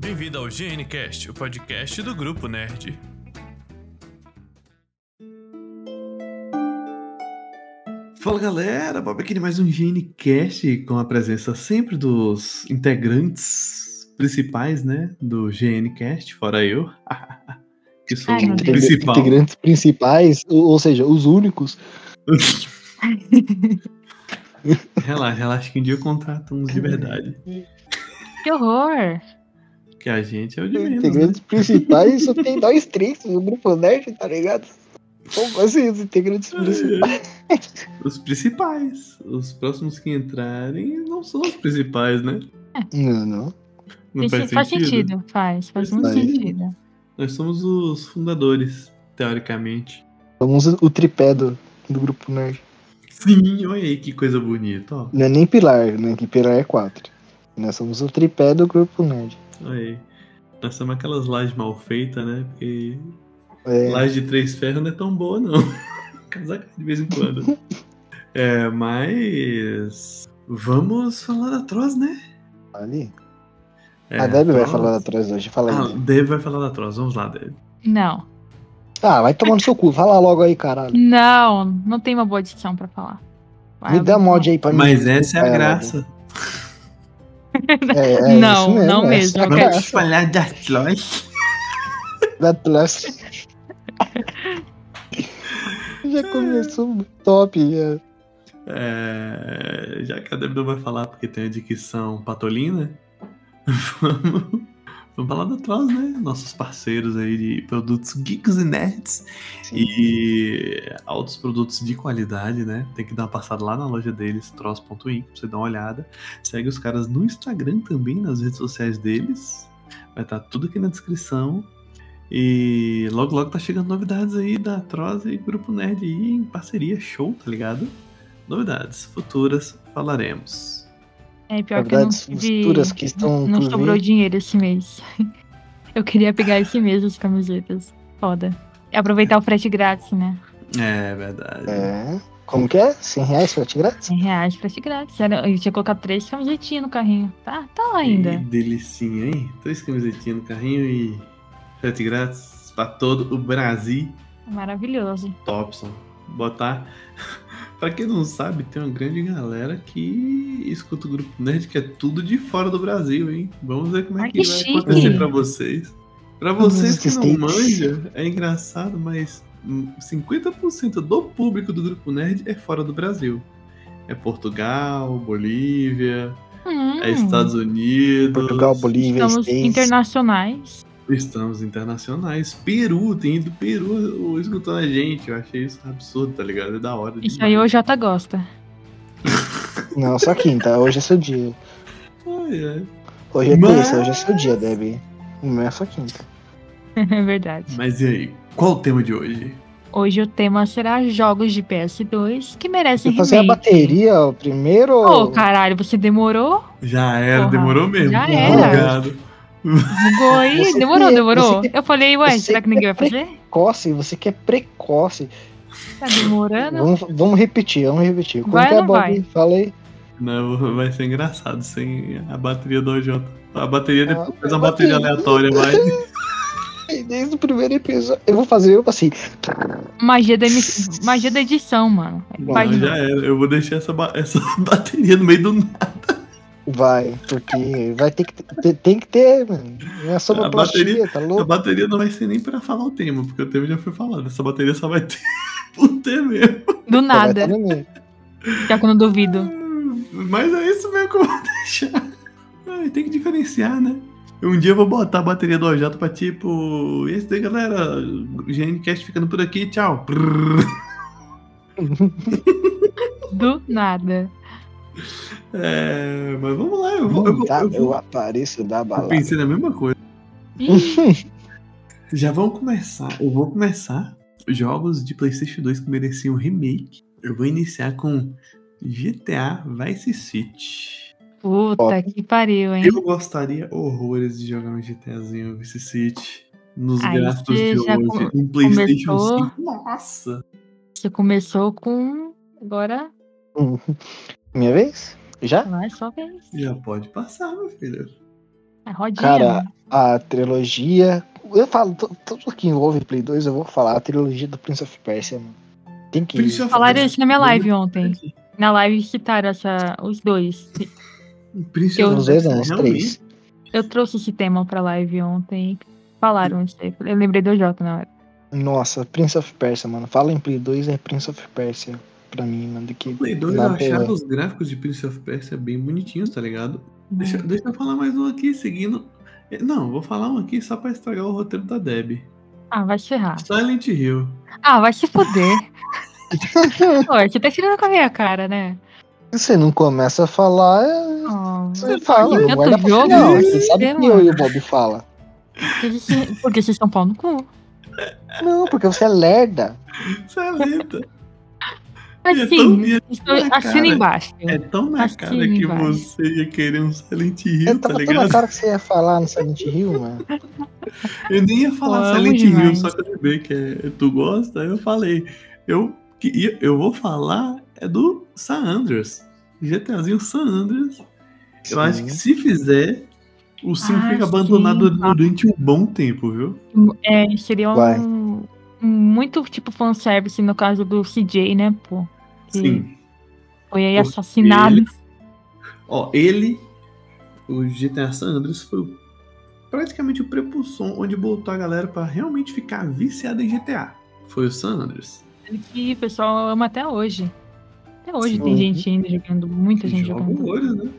Bem-vindo ao GNCast, o podcast do Grupo Nerd. Fala galera, Bob aqui de mais um GNCast com a presença sempre dos integrantes principais, né? Do GNCast, fora eu, que sou Ai, Ah, meu o Deus. principal. Integrantes principais, ou, ou seja, os únicos. Relaxa, relaxa, que um dia eu contrato uns de verdade. Que horror! Que a gente é o de menos. né? Integrantes principais só tem nós três no grupo nerd, tá ligado? Como assim os integrantes principais? Os principais. Os próximos que entrarem não são os principais, né? Não, não. Não faz, faz sentido. sentido, faz, faz muito Faz. sentido. Nós somos os fundadores, teoricamente. Somos o tripé do, do grupo nerd. Sim, olha aí que coisa bonita, ó. Não é nem pilar, né? Que pilar é quatro. Nós somos o tripé do grupo nerd. Aí. Nós somos aquelas lajes mal feitas, né? Porque É, laje de três ferros não é tão boa, não. Casaca de vez em quando. É, mas. Vamos falar da Troz, né? ali. É, a Debbie vai Troz. falar atrás hoje. Fala Ah, aí. Deb vai falar da Troz. Vamos lá, Deb. Não, Ah, vai tomar no seu cu. Fala logo aí, caralho. não, não tem uma boa edição pra falar. Vai, Me né? dá vai. mod aí pra mim. Mas essa é a Vai lá, graça. É, é Não, isso mesmo, não essa mesmo, é a eu quero- graça falar da Troz. da Atlas. Já começou top. né? é. É, já que a Deb não vai falar porque tem a dicção patolina, vamos, vamos falar da Troz, né? Nossos parceiros aí de produtos geeks e nerds. Assim, E altos produtos de qualidade, né? Tem que dar uma passada lá na loja deles, troço.in, pra você dar uma olhada. Segue os caras no Instagram também, nas redes sociais deles. Vai estar tudo aqui na descrição. E logo, logo tá chegando novidades aí da Troz e Grupo Nerd aí em parceria, show, tá ligado? Novidades futuras falaremos. É pior que eu não Verdades futuras tive, que estão não por sobrou vir. dinheiro esse mês. Eu queria pegar esse mês as camisetas, foda. E aproveitar o frete grátis, né? É verdade. É. Como que é? 100 reais frete grátis? 100 reais frete grátis. Era- Eu tinha colocado três camisetinhas no carrinho. Tá, tá lá ainda. Que delicinha, hein? Três camisetinhas no carrinho e frete grátis pra todo o Brasil. Maravilhoso. Thompson. Botar. pra quem não sabe, tem uma grande galera que escuta o grupo Nerd, que é tudo de fora do Brasil, hein? Vamos ver como é Ai, que, que vai chique. acontecer pra vocês. Pra vocês que não States. manjam, é engraçado, mas hum, 50% do público do grupo Nerd é fora do Brasil. É Portugal, Bolívia, Hum, é Estados Unidos. Portugal, Bolívia, estamos States. internacionais. Estamos internacionais. Peru, tem ido Peru escutando a gente. Eu achei isso absurdo, tá ligado? É da hora. Isso demais. aí o Jota gosta. Não, só quinta. Hoje é seu dia. Ai, ai. Hoje é Mas- terça, hoje é seu dia, Debbie. Não é só quinta. É verdade. Mas e aí? Qual o tema de hoje? Hoje o tema será jogos de PS2 que merecem Você fazer a remake. bateria ó, primeiro. Ô, ou- caralho, você demorou? Já era, Porra, demorou mesmo. já era. Obrigado. Bugou aí? Você demorou, quer- demorou? você quer- Eu falei, ué, você será que ninguém vai fazer? precoce, você quer precoce. Tá demorando? Vamos, vamos repetir, vamos repetir. Como Vai que ou é, não vai? Bob? Fala aí. Não, vai ser engraçado sem a bateria do OJ. A bateria É, Ah, depois um faz uma a bateria bateria. aleatória, vai. Desde o primeiro episódio. Eu vou fazer eu assim. Magia da, emi- magia da edição, mano. Vai Não, de já novo. era. Eu vou deixar essa, ba- essa bateria no meio do nada. Vai, porque vai ter que ter, tem que ter, mano. Não é sonoplastia, tá A louco? bateria não vai ser nem pra falar o tema, porque o tema já foi falado. Essa bateria só vai ter o tema mesmo. Do Só vai estar nada, no meio. né? já que eu não duvido. Mas é isso mesmo que eu vou deixar. Ai, tem que diferenciar, né? Um dia eu vou botar a bateria do Ojato pra tipo. E esse daí, galera. GNCast ficando por aqui, tchau. Prrr. Do nada. É, mas vamos lá, eu vou. Eu, vou, Tá, eu, eu vou, apareço da eu balada. pensei na mesma coisa. Ih, Já vamos começar. Eu vou começar jogos de PlayStation 2 que mereciam remake. Eu vou iniciar com GTA Vice City. puta que pariu, hein? Eu gostaria horrores de jogar um GTAzinho Vice City nos Aí gastos você de já hoje. Um PlayStation começou. 5. Nossa! Você começou com. Agora Minha vez? Já? vai só vez. Já pode passar, meu filho. É rodinha. Cara, né? a trilogia. Eu falo, tu- tudo que envolve Play 2, eu vou falar. A trilogia do Prince of Persia. mano. Tem que ir. Falaram isso na minha live ontem. Na live citaram essa, os dois. Um Prince Eu- Os dois não, os Realmente. três. Eu trouxe esse tema pra live ontem. Falaram isso aí. Eu lembrei do Jota na hora. Nossa, Prince of Persia, mano. Fala em Play 2, é Prince of Persia pra mim, mano. do Que um Play 2 eu na boa. achava os gráficos de Prince of Persia bem bonitinhos, tá ligado? Deixa, Uhum. deixa eu falar mais um aqui, seguindo. Eh, Não, vou falar um aqui só pra estragar o roteiro da Deb. Ah, vai se ferrar. Silent Hill. Ah, vai se fuder. Pô, você tá tirando com a minha cara, né? Você não começa a falar, é- Oh, você fala. inventa Não guarda o pra jogo, final. vai Você se sabe fuder, que eu e o Bob fala. porque vocês- porque vocês estão pau no cu. Não, porque você é lerda. Você é lenta. Mas É tão- sim, é estou na cara. assina embaixo. É tão na Assim, cara que vai. você ia querer um Silent Hill, Eu tá tava tão na ligado? cara que você ia falar no Silent Hill, mano. Eu nem ia falar Amo Silent Hill, demais. só que eu lembrei que é, tu gosta, aí eu falei. Eu, que, ia- eu vou falar é do San Andreas. GTAzinho San Andreas. Eu acho que se Sim. fizer, o 5 Ah, fica sim, abandonado tá. durante um bom tempo, viu? É, seria Vai. um, um muito tipo fanservice no caso do CJ, né, pô? Que Sim. Foi aí Porque assassinado. ele- Ó, ele, o GTA San Andreas, foi o- praticamente o prepulsor onde botou a galera pra realmente ficar viciada em GTA. Foi o San Andreas. Que o pessoal ama até hoje. Até hoje Sim. tem gente ainda jogando, muita gente Joga jogando. horrores, né?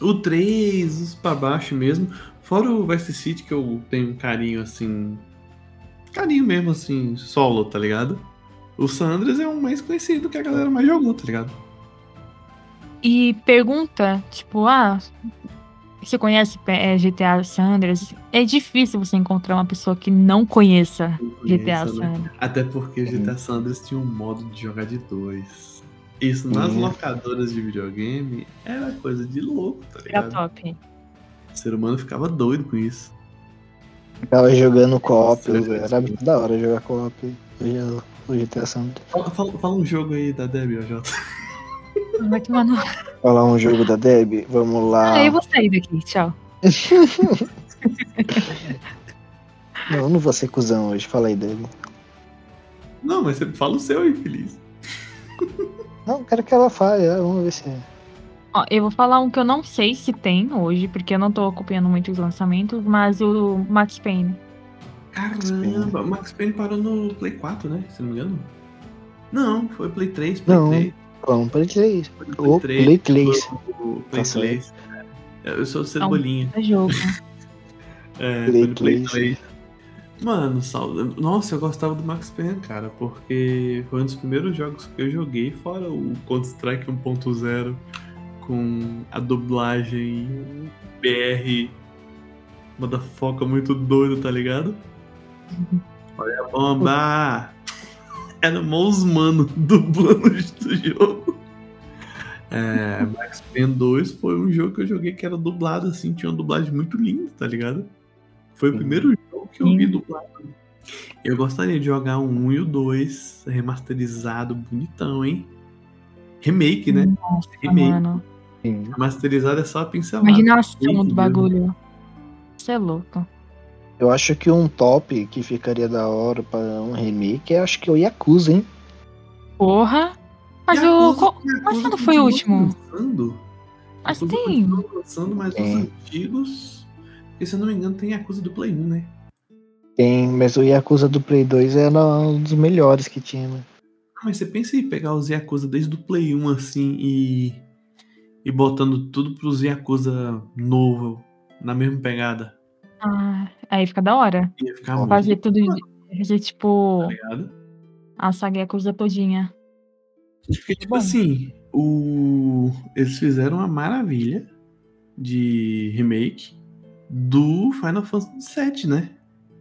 O 3, os pra baixo mesmo. Fora o Vice City, que eu tenho um carinho assim. Carinho mesmo, assim, solo, tá ligado? O Sandras é o mais conhecido que a galera mais jogou, tá ligado? E pergunta, tipo, ah, você conhece é, GTA Sanders? É difícil você encontrar uma pessoa que não conheça GTA Isso, né? Sanders. Até porque o GTA Sandras tinha um modo de jogar de dois. Isso nas Hum. locadoras de videogame era coisa de louco, tá Era ligado? top. O ser humano ficava doido com isso. Tava jogando co-op, Nossa, era muito da hora jogar co-op. Hoje é o GTA San Fala, fala- fala um jogo aí da Debbie, ó, Jota. Vai tomar no- Falar um jogo da Deb, vamos lá. Ah, eu vou sair daqui, tchau. Não, eu não vou ser cuzão hoje, fala aí, Deb. Não, mas você fala o seu, infeliz. Não, quero que ela fale, ah, vamos ver se. Ó, eu vou falar um que eu não sei se tem hoje, porque eu não tô acompanhando muito os lançamentos, mas o Max Payne. Caramba, Max Payne parou no Play 4, né? Se não me engano. Não, foi Play 3, Play Não, 3. Vamos pra três. Foi O Play 3. foi o Play Tá 3. É, Eu sou o Cebolinha. É jogo. É, Play foi no Play 3. 3. Mano, saudade. Nossa, eu gostava do Max Payne, cara, porque foi um dos primeiros jogos que eu joguei, fora o Counter-Strike 1.0, com a dublagem BR, uma da foca muito doida, tá ligado? Olha a bomba! Era mó os mano dublando do jogo. É, Max Payne 2 foi um jogo que eu joguei que era dublado, assim, tinha uma dublagem muito linda, tá ligado? Foi o Sim. primeiro jogo que eu vi Sim. dublado. Eu gostaria de jogar o 1 e o 2, remasterizado, bonitão, hein? Remake, né? Nossa, Remake. mano. Sim. Remasterizado é só a pincelada. Imaginação Remake do bagulho. Você é louco. Eu acho que um top que ficaria da hora pra um remake é acho que o Yakuza, hein? Porra. Mas o. Yakuza- qual- Yakuza mas quando foi o continua último? lançando. Mas Yakuza tem. continua lançando, mas os Tem. antigos. Porque se eu não me engano, tem Yakuza do Play 1, né? Tem, mas o Yakuza do Play 2 era um dos melhores que tinha, né? Ah, Mas você pensa em pegar os Yakuza desde o Play 1 assim e. e botando tudo pros Yakuza novo, na mesma pegada. Ah, aí fica da hora. Ia ficar Ó, muito. Fazer tá tudo. Fazer tipo. ligado? A saga Yakuza todinha. Porque, tipo bom. assim, o... eles fizeram uma maravilha de remake do Final Fantasy VII, né?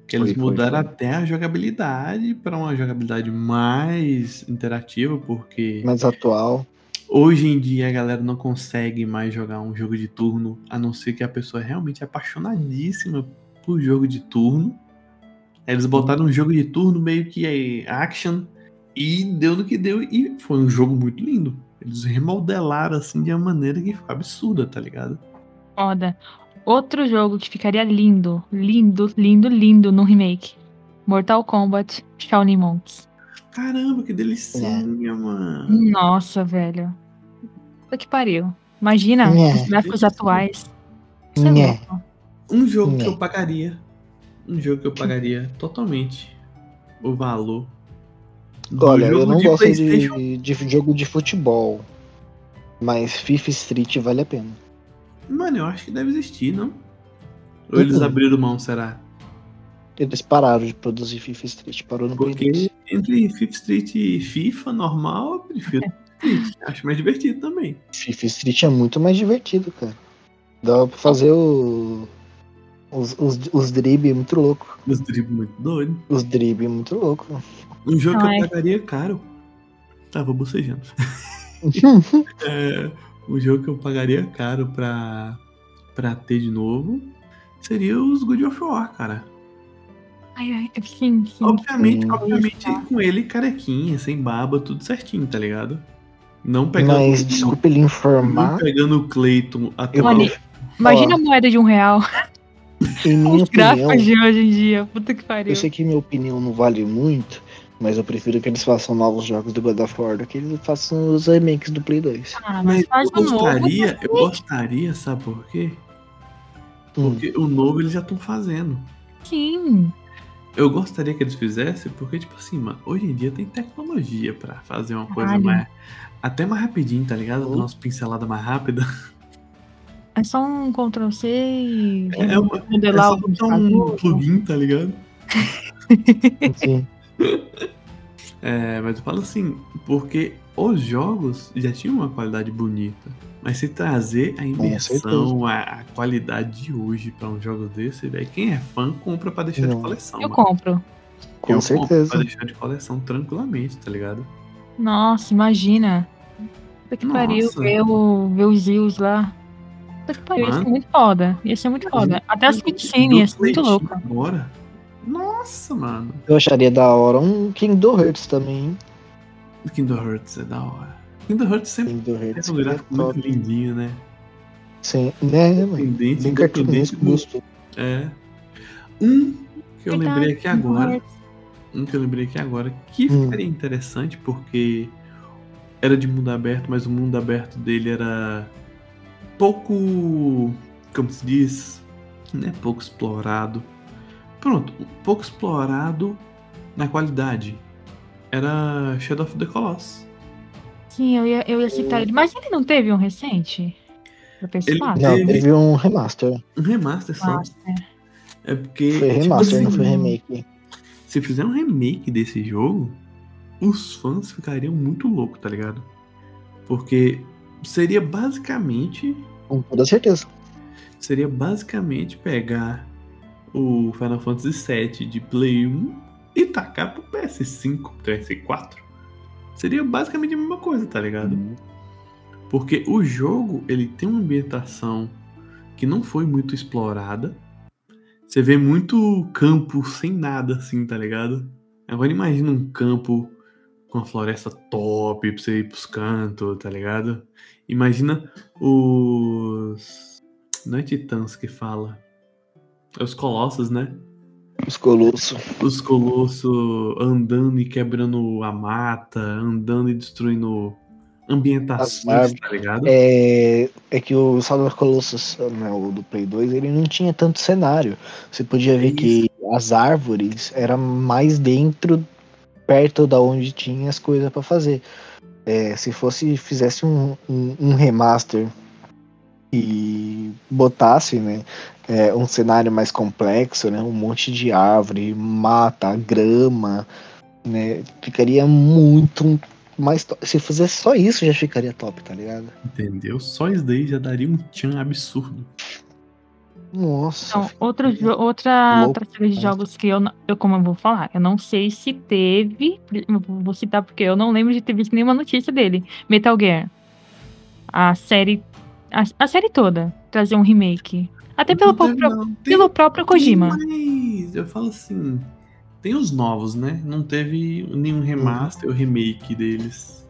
Que eles Foi, foi, mudaram foi. até a jogabilidade pra uma jogabilidade mais interativa, porque. Mais atual. Hoje em dia a galera não consegue mais jogar um jogo de turno, a não ser que a pessoa é realmente apaixonadíssima por jogo de turno. Aí Eles botaram um jogo de turno meio que é action e deu no que deu e foi um jogo muito lindo. Eles remodelaram assim de uma maneira que ficou absurda, tá ligado? Foda. Outro jogo que ficaria lindo, lindo, lindo, lindo no remake. Mortal Kombat Shaolin Monks. Caramba, que delicinha, mano. Nossa, velho. Puta que pariu. Imagina É. os gráficos atuais. Isso é É. louco. Um jogo que É. eu pagaria. Um jogo que eu pagaria totalmente o valor. do Olha, eu jogo não de gosto PlayStation. de, de jogo de futebol. Mas FIFA Street vale a pena. Mano, eu acho que deve existir, não? Ou eles Uhum. abriram mão, será? Eles pararam de produzir FIFA Street, parou no Play Porque 2. entre Fifth Street e FIFA normal, eu prefiro Fifth Street. Acho mais divertido também. FIFA Street é muito mais divertido, cara. Dá pra fazer o. Os, os, os drible é muito louco. Os dribles muito doido. Os drible é muito louco. Um jogo Não, que eu é. pagaria caro. Tá, vou bocejando. É, o jogo que eu pagaria caro pra, pra ter de novo seria os God of War, cara. Ai, ai, sim, sim. Obviamente, Sim. obviamente com ele carequinha, sem barba, tudo certinho, tá ligado? Não pegando, Mas desculpa ele não informar. pegando o Clayton Eu, atual. Olha, Imagina a moeda de um real. em minha Os gráficos opinião, de hoje em dia. Puta que pariu. eu sei que minha opinião não vale muito, mas eu prefiro que eles façam novos jogos do God of War do que eles façam os remakes do Play 2. Ah, Mas mas faz eu um novo. gostaria, eu gostaria, sabe por quê? Hum, Porque o novo eles já estão fazendo. Sim. Eu gostaria que eles fizessem, porque, tipo assim, mano, hoje em dia tem tecnologia pra fazer uma coisa Caralho. mais. Até mais rapidinho, tá ligado? Uhum. Dar umas pinceladas mais rápidas. É só um Ctrl C e É, uma- é modelar só o botar um computador. plugin, tá ligado? Hum, sim. É, mas eu falo assim, porque os jogos já tinham uma qualidade bonita. Mas se trazer a imersão, a, a qualidade de hoje pra um jogo desse, velho, quem é fã compra pra deixar de Não. coleção. Eu mano. compro. Com eu Compro É um pra certeza. deixar de coleção tranquilamente, tá ligado? Nossa, imagina. Puta que Nossa. pariu ver, o, ver os Zeus lá. Puta que pariu, ia ser Mano. muito foda. Ia ser muito foda. Até as cutscenes, ia ser muito louco. Agora. Nossa, mano. Eu acharia da hora um Kingdom Hearts também, hein? O Kingdom Hearts é da hora. Kingdom Hearts sempre Kingdom Hearts. tem um gráfico seria muito é top. lindinho, né? Sim, né, mano? Independente, Bem independente cartunesco, né? do... gostoso. É. Um que eu Verdade, lembrei aqui Kingdom agora. Hearts. Um que eu lembrei aqui agora que Hum. ficaria interessante porque era de mundo aberto, mas o mundo aberto dele era pouco, como se diz, né, pouco explorado. Pronto, pouco explorado na qualidade. Era Shadow of the Colossus. Sim, eu ia, eu ia citar ele. Mas ele não teve um recente? Pra PS4? Não, Teve- teve um remaster. Um remaster só. Nossa, é. É porque Foi tipo remaster, né? não assim, foi remake. se fizer um remake desse jogo, os fãs ficariam muito loucos, tá ligado? Porque seria basicamente Com toda certeza. seria basicamente pegar o Final Fantasy VII de Play 1 e tacar pro PS5, PS4. Seria basicamente a mesma coisa, tá ligado? Porque o jogo, ele tem uma ambientação que não foi muito explorada. Você vê muito campo sem nada, assim, tá ligado? Agora imagina um campo com a floresta top pra você ir pros cantos, tá ligado? Imagina os... Não é titãs que fala. É os colossos, né? Os Colosso. os colossos andando e quebrando a mata, andando e destruindo ambientações, árvores. tá ligado? É, é que o Salvador Colossus, né, o do Play 2, ele não tinha tanto cenário. Você podia ver que as árvores eram mais dentro, perto da onde tinha as coisas pra fazer. É, se fosse, fizesse um, um- um remaster e botasse, né, é, um cenário mais complexo, né, um monte de árvore, mata, grama, né, ficaria muito mais top. Se fizesse só isso, já ficaria top, tá ligado? Entendeu? Só isso daí já daria um tchan absurdo. Nossa. Então, outro, jo- Tá outra, Louco, outra série de cara. jogos que eu, não- eu, como eu vou falar, eu não sei se teve, eu vou citar porque eu não lembro de ter visto nenhuma notícia dele. Metal Gear. A série, a, a série toda, trazer um remake. Até pelo, Não teve, próprio, não. Tem- pelo próprio Kojima. Mas eu falo assim, tem os novos, né? Não teve nenhum remaster ou remake deles.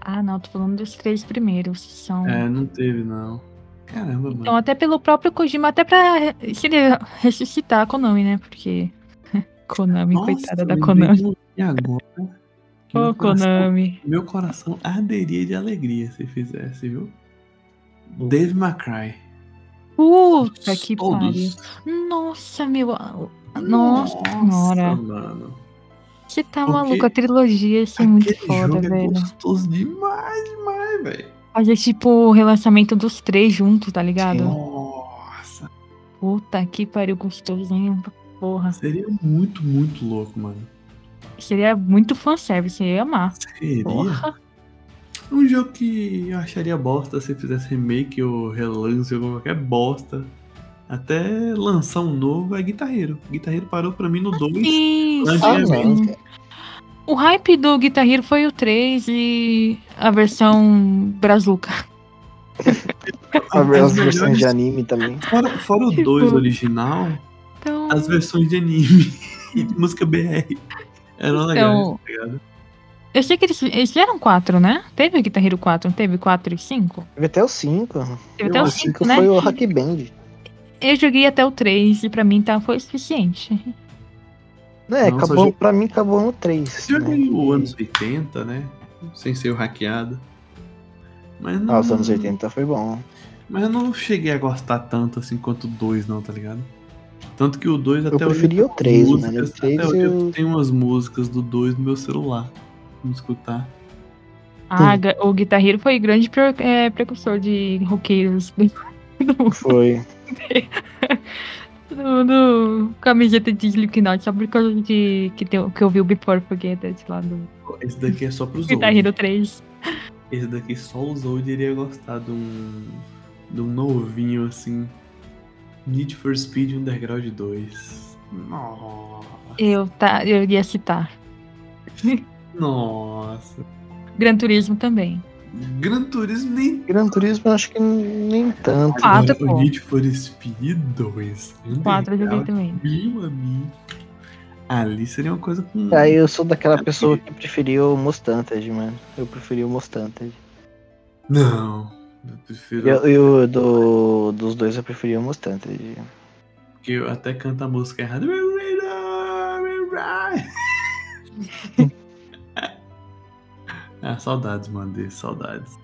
Ah, não, tô falando dos três primeiros. São... É, não teve não. Caramba, mano. Então, até pelo próprio Kojima, até pra se ele ressuscitar a Konami, né? Porque. Konami, coitada da lembrei Konami. de um E agora? que Ô, meu coração- Konami. Meu coração arderia de alegria se fizesse, viu? Dave McCray. Puta que Todos. pariu. Nossa, meu. a- Nossa senhora. mano. Você tá Porque maluco? A trilogia ia ser muito Aquele foda, jogo é velho. gostoso demais, demais, velho. Fazer tipo o relançamento dos três juntos, tá ligado? Sim. Nossa, Puta que pariu, gostosinho. Porra. seria muito, muito louco, mano. Seria muito fanservice, eu ia amar. Seria. Porra. Um jogo que eu acharia bosta se fizesse remake ou relance ou qualquer bosta. Até lançar um novo é Guitarreiro. Guitarreiro parou pra mim no Assim, 2. Isso. Ah, não, sim. O hype do Guitar Hero foi o 3 e a versão Brazuca. A ver as versões de anime também. Fora, fora o Tipo- 2 original, Então, as versões de anime e de música BR eram legais, Então- tá ligado? eu sei que eles, eles fizeram 4, né? Teve o Guitar Hero 4, não teve 4 e 5? Teve até o 5. Teve até Eu o acho 5, né? foi o Hack Band. Eu joguei até o 3 e pra mim tá, foi suficiente. É, Nossa, acabou, gente. pra mim acabou no né? 3. Esse jogo aí, o anos 80, né? Sem ser o hackeado. Mas não, Ah, os anos 80 foi bom. Mas eu não cheguei a gostar tanto assim quanto o 2, não, tá ligado? Tanto que o 2 até Eu hoje preferia o tem 3, mano. músicas- O 3 até hoje eu... eu- tenho umas músicas do 2 no meu celular. Vamos escutar. Hum. Ah, ga- o Guitar Hero foi grande pre- é, precursor de roqueiros do, Foi. do- do camiseta de Slipknot, só por causa de que, tem, que eu vi o Before Forgetted lá do Esse daqui é só pros Guitar old. Hero 3. Esse daqui só os old iria gostar de um, de um novinho assim. Need for Speed Underground 2. Nossa. Eu, tá, eu ia citar. Nossa. Gran Turismo também. Gran Turismo nem Gran Turismo eu acho que nem tanto. Quatro, Agora, pô. o Need for Speed 2. 4 eu joguei Underground também. Meu amigo. Ali seria uma coisa com. Aí Ah, eu sou daquela pessoa que preferiu o Mustantag, mano. Eu preferi o Mustantag. Não. Eu prefiro. Eu, eu do, dos dois eu preferi o Mustantag. Porque eu até canto a música errada. ah, saudades, mano, desse, saudades.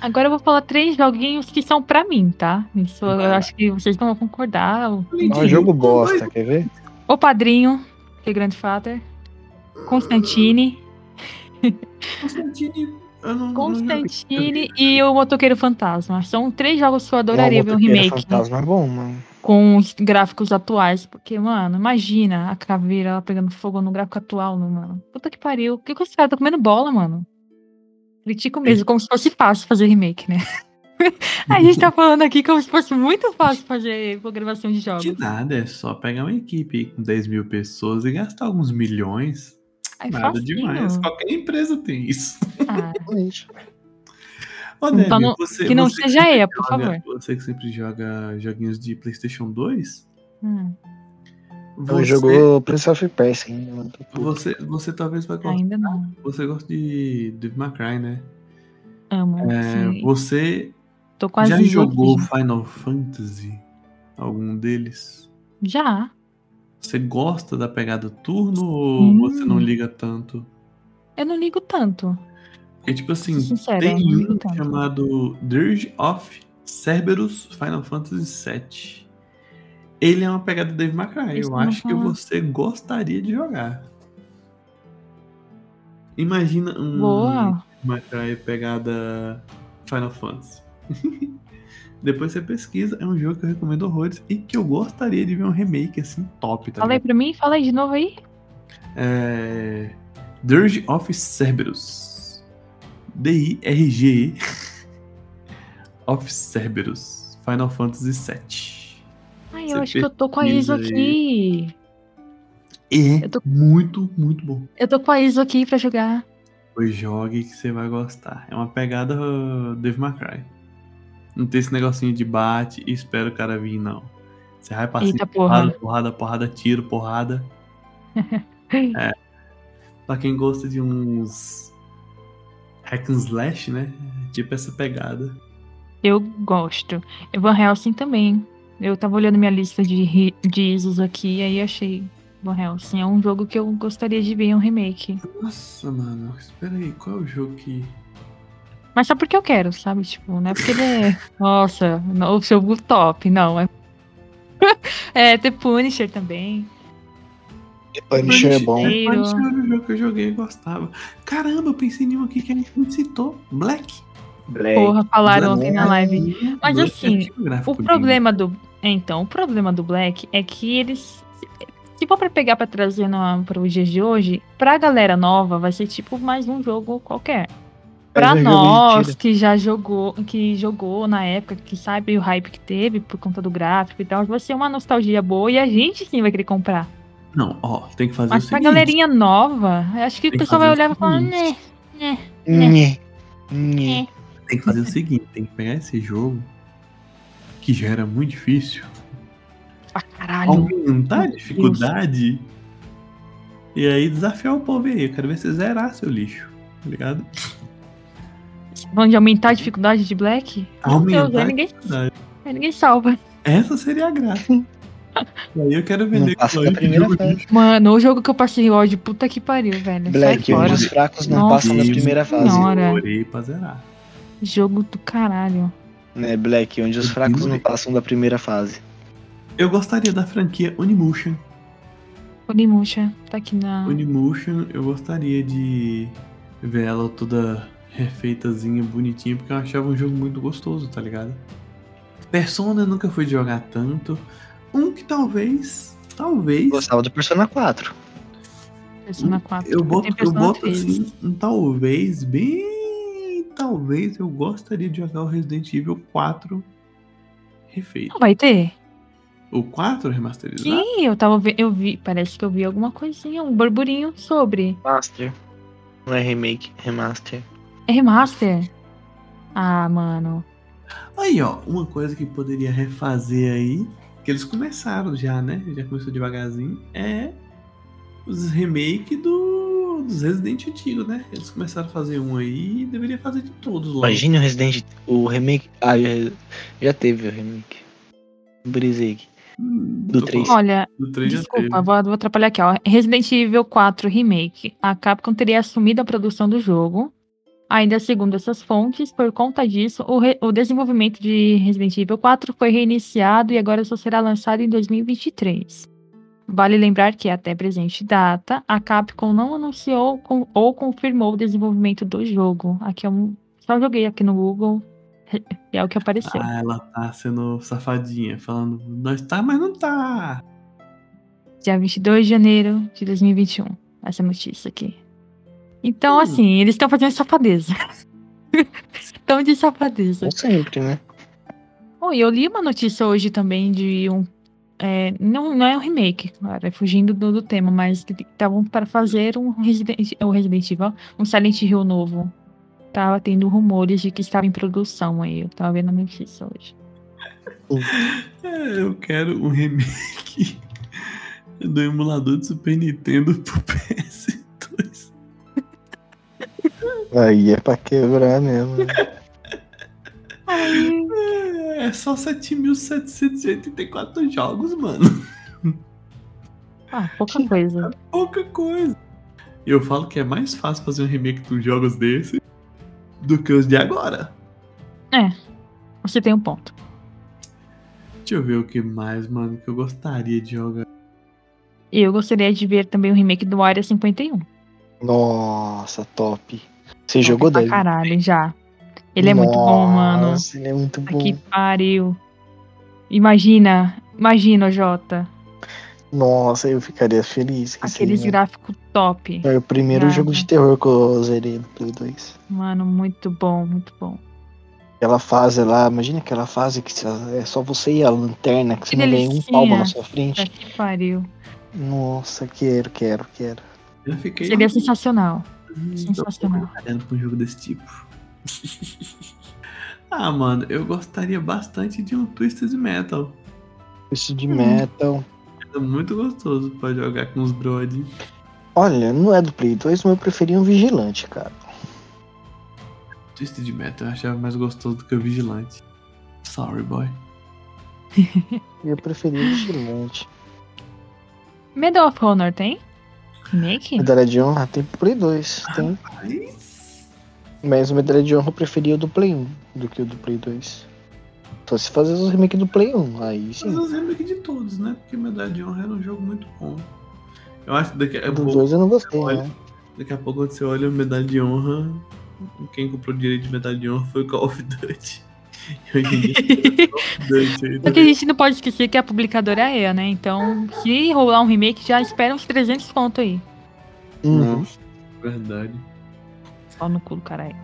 Agora eu vou falar três joguinhos que são pra mim, tá? Isso Vai eu lá. acho que vocês não vão concordar. O, É um jogo bosta, quer ver? o Padrinho, que é Grandfather. Constantine. Constantine. Eu não, Constantine e o Motoqueiro Fantasma. São três jogos que eu adoraria Não, ver um Motoqueiro remake Fantasma é bom, mano. com os gráficos atuais. Porque, mano, imagina a caveira ela pegando fogo no gráfico atual, né, mano. Puta que pariu. Por que, que os caras estão comendo bola, mano? Critico mesmo, como se fosse fácil fazer remake, né? A gente tá falando aqui como se fosse muito fácil fazer programação de jogos. De nada, é só pegar uma equipe com 10 mil pessoas e gastar alguns milhões. Ai, Nada É facinho. demais. Qualquer empresa tem isso. Ah, Realmente. Ô, Então, Débora, não- você- que não você seja sempre EA, por joga- favor. Você que sempre joga joguinhos de PlayStation 2, né? hum, Então você, jogou Prince of Persia, hein, mano. Tô puto. você, você talvez vai gostar. Ah, ainda não. Você gosta de Devil May Cry, né? Amo. É, sim. você Tô quase um já jogou bloqueio. Final Fantasy? Algum deles? Já. Você gosta da pegada turno Sim. ou você não liga tanto? Eu não ligo tanto. Porque, tipo assim, Sincero, eu tem não ligo um tanto. chamado Dirge of Cerberus Final Fantasy VII. Ele é uma pegada do Dave McRae. Isso Eu que eu ia acho que falar. você gostaria de jogar. Imagina um Boa. McRae pegada Final Fantasy. Depois você pesquisa, é um jogo que eu recomendo horrores e que eu gostaria de ver um remake assim top, tá Fala aí ligado? pra mim, fala aí de novo aí. É... Dirge of Cerberus. D-I-R-G-E. of Cerberus. Final Fantasy VII. Ai, Você eu acho que eu tô com a ISO pesquisa aqui. É Eu tô- muito, muito bom. Eu tô com a ISO aqui pra jogar. Pois jogue que você vai gostar. É uma pegada uh, Dave Cry. Não tem esse negocinho de bate e espera o cara vir, não. Você vai passar Eita porrada, porra. porrada, porrada, tiro, porrada. Pra quem gosta de uns hack and slash, né? Tipo essa pegada. Eu gosto. E Van Helsing também. Eu tava olhando minha lista de, ri- de ISOs aqui e aí achei Van Helsing. É um jogo que eu gostaria de ver é um remake. Nossa, mano, espera aí, qual é o jogo que. Mas só porque eu quero, sabe? Tipo, não é porque ele é. Nossa, no- o jogo top, não. É, é The Punisher também. The Punisher é Punisher- bom. é, Punisher era o jogo que eu joguei e gostava. Caramba, eu pensei em um aqui que a gente não citou. Black. Black. Porra, falaram Black ontem na live. Mas Black assim, tinha um gráfico O lindo. problema do. é, Então, o problema do Black é que eles. Se for pra pegar pra trazer no, pro dias de hoje, pra galera nova vai ser tipo mais um jogo qualquer. É Pra um jogo de nós né? tiro. que já jogou, que jogou na época, que sabe o hype que teve por conta do gráfico e tal, vai ser uma nostalgia boa e a gente sim vai querer comprar. Não, ó, tem que fazer Mas o pra seguinte. galerinha nova, acho que o Tem que pessoal vai fazer o olhar e vai falar, né? seguinte. Nhe, nhe. Tem que fazer o seguinte, tem que pegar esse jogo, que já era muito difícil, Pra caralho. aumentar a dificuldade e aí desafiar o povo aí. Eu quero ver você zerar seu lixo, tá ligado? Vão de aumentar a dificuldade de Black? Meu Deus, Aumentar aí a ninguém, dificuldade. aí ninguém salva. Essa seria a graça. e aí eu quero vender Não passa clone da primeira jogo fase. lixo. Mano, o jogo que eu passei ódio, puta que pariu, velho. Black, Sai fora. os fracos não Nossa passam na primeira fase. Senhora. Demorei pra zerar. Jogo do caralho. Né, Black, onde os fracos não passam da primeira fase. Eu gostaria da franquia Unimution. Onimusha, tá aqui na. Unimution, eu gostaria de ver ela toda refeitazinha, bonitinha, porque eu achava um jogo muito gostoso, tá ligado? Persona eu nunca fui jogar tanto. Um que talvez, talvez, Gostava do Persona 4. Persona 4. eu boto, Tem eu Persona boto 3. assim, um talvez, bem, talvez eu gostaria de jogar o Resident Evil 4 refeito. Não vai ter? O 4 remasterizado? Sim, eu tava vendo. Eu vi. Parece que eu vi alguma coisinha, um burburinho sobre. Master. Não é remake, remaster. É remaster. Ah, mano. Aí, ó, uma coisa que poderia refazer aí, que eles começaram já, né? Já começou devagarzinho, é os remake do, dos Resident antigos, né? Eles começaram a fazer um aí e deveria fazer de todos logo. Imagine o Resident. O remake. Ah, já, já teve o remake. Brisei aqui. Hum, do tô três. falando, Olha, Do 3 desculpa, vou, vou atrapalhar aqui, ó. Resident Evil 4 Remake. A Capcom teria assumido a produção do jogo. Ainda segundo essas fontes, por conta disso, o, re- o desenvolvimento de Resident Evil 4 foi reiniciado e agora só será lançado em 2023. Vale lembrar que, até presente data, a Capcom não anunciou com- ou confirmou o desenvolvimento do jogo. Aqui é um. Só joguei aqui no Google, e é o que apareceu. Ah, ela tá sendo safadinha, falando, nós tá, mas não tá. dia 22 de janeiro de 2021. Essa notícia aqui. Então, Hum. assim, eles estão fazendo safadeza. Estão de safadeza. Não sempre, né? Bom, e eu li uma notícia hoje também de um. é, não, não é um remake, claro, é fugindo do, do tema, mas que estavam para fazer um Resident, o Resident Evil, ó, um Silent Hill novo. Tava tendo rumores de que estava em produção aí. Eu tava vendo a notícia hoje. É, eu quero um remake do emulador de Super Nintendo pro PS2. Aí é pra quebrar mesmo. né? Ai, É é só 7.784 jogos, mano. ah, pouca coisa. Pouca coisa. Eu falo que é mais fácil fazer um remake dos jogos desse do que os de agora. Você tem um ponto. Deixa eu ver o que mais, mano, que eu gostaria de jogar. E eu gostaria de ver também o remake do Área 51. Nossa, top. Você jogou pra dele? caralho já. Ele é muito bom, mano. Nossa, ele é muito bom. Aqui pariu. Imagina, imagina, Jota. Nossa, eu ficaria feliz. que Aqueles seria. gráficos top. Foi o primeiro Nada. jogo de terror que eu zerei no Play 2. Mano, muito bom, muito bom. Aquela fase lá, imagina aquela fase que se- é só você e a lanterna, que você Que não ganha um delicinha. palmo na sua frente. Puta que pariu. Nossa, quero, quero, quero. Eu fiquei. Seria sensacional. Hum, sensacional. tô trabalhando com um jogo desse tipo. ah, mano, eu gostaria bastante de um Twisted Metal. Isso Hum. de metal. É muito gostoso pra jogar com os brody. Olha, não é do Play 2, mas eu preferia um vigilante, cara. Twisted Metal eu achava mais gostoso do que o Vigilante. Sorry, boy. Eu preferi o vigilante. Medal of Honor tem? Make? Medalha de honra tem pro Play 2. Tem. Mas o Medalha de honra eu preferia o do Play 1 do que o do Play 2. Só se fazer os remakes do Play 1. Aí Mas sim. eu lembro aqui de todos, né? Porque Medalha de Honra era um jogo muito bom. Eu acho que daqui a Do pouco, 2 eu não gostei, né? daqui a pouco quando você olha Medalha de Honra. Quem comprou o direito de Medalha de Honra foi o Call of Duty. E hoje em dia, Call of Duty aí Só que a também. gente não pode esquecer que a publicadora é a EA, né? Então, se rolar um remake, já espera uns 300 conto aí. Uhum. Nossa, verdade. Só no cu do caralho.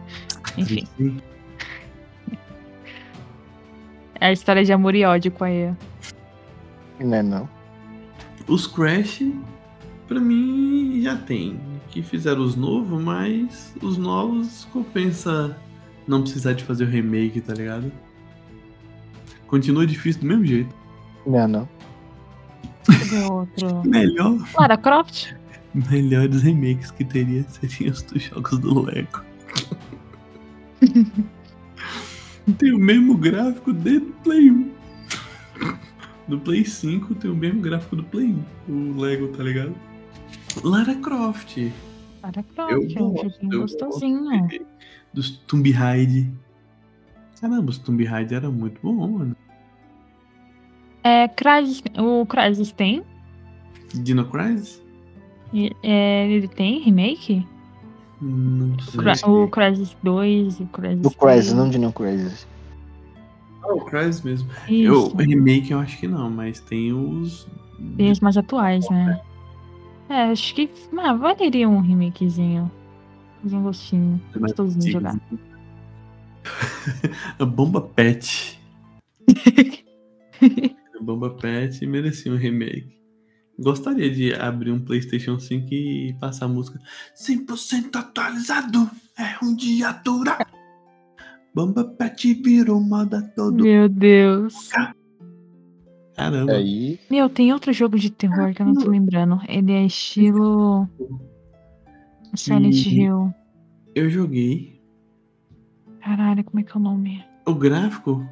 Enfim, é a história de amor e ódio com a EA. Não é não. Os Crash, pra mim, já tem. Que fizeram os novos, mas os novos compensa não precisar de fazer o remake, tá ligado? Continua difícil do mesmo jeito. Não é não. Cadê o outro? Melhor, Lara Croft? melhores remakes que teria seriam os dos jogos do Lego. tem o mesmo gráfico desde o Play 1. Do Play 5 tem o mesmo gráfico do Play 1. O Lego, tá ligado? Lara Croft. Lara Croft, Eu é um gosto, joguinho eu gostosinho. dos Tomb Raider. Caramba, os Tomb Raider era muito bom, mano. É, Crysis, o Crysis tem? Dino Crisis? E- é, ele tem remake? Não sei. Cry- O Crysis 2, o Crysis Do Crysis, né? não de Neon Crysis. Ah, o Crisis mesmo. Eu, Isso, o remake eu acho que não, mas tem os. tem os mais atuais, né? É, acho que ah, valeria um remakezinho. Fazer um gostinho, Mas gostosinho de jogar. A Bomba Pet. A Bomba Pet merecia um remake. Gostaria de abrir um PlayStation 5 e passar a música 100% atualizado. É um dia dura. Bomba Pet virou moda todo. Meu Deus. Caramba. Aí. Meu, tem outro jogo de terror que eu não tô lembrando. Ele é estilo. Silent Hum. Hill. Eu joguei. Caralho, como é que é o nome? O gráfico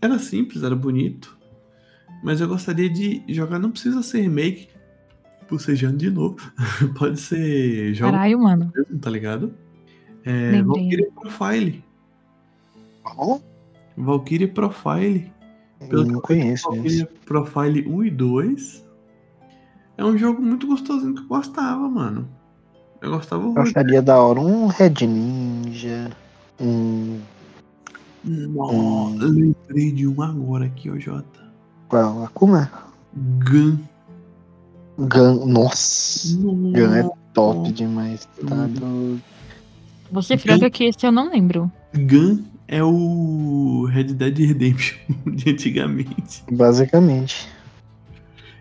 era simples, era bonito. Mas eu gostaria de jogar. Não precisa ser remake. Pulsejando de novo. Pode ser jogo Caralho, mano. mesmo, tá ligado? É, Lembrei. Valkyrie Profile. Ó, Valkyrie Profile. eu não conheço esse. Valkyrie Profile 1 e 2. É um jogo muito gostosinho que eu gostava, mano. Eu gostava Eu muito. acharia da hora um Red Ninja. Um. Nossa, lembrei de um agora aqui, ô Jota. Qual? Akuma? Gun. Gun. Nossa. Gun é top Nossa. demais. Tá do. Vou ser franca que esse eu não lembro. Gun é o Red Dead Redemption de antigamente. Basicamente.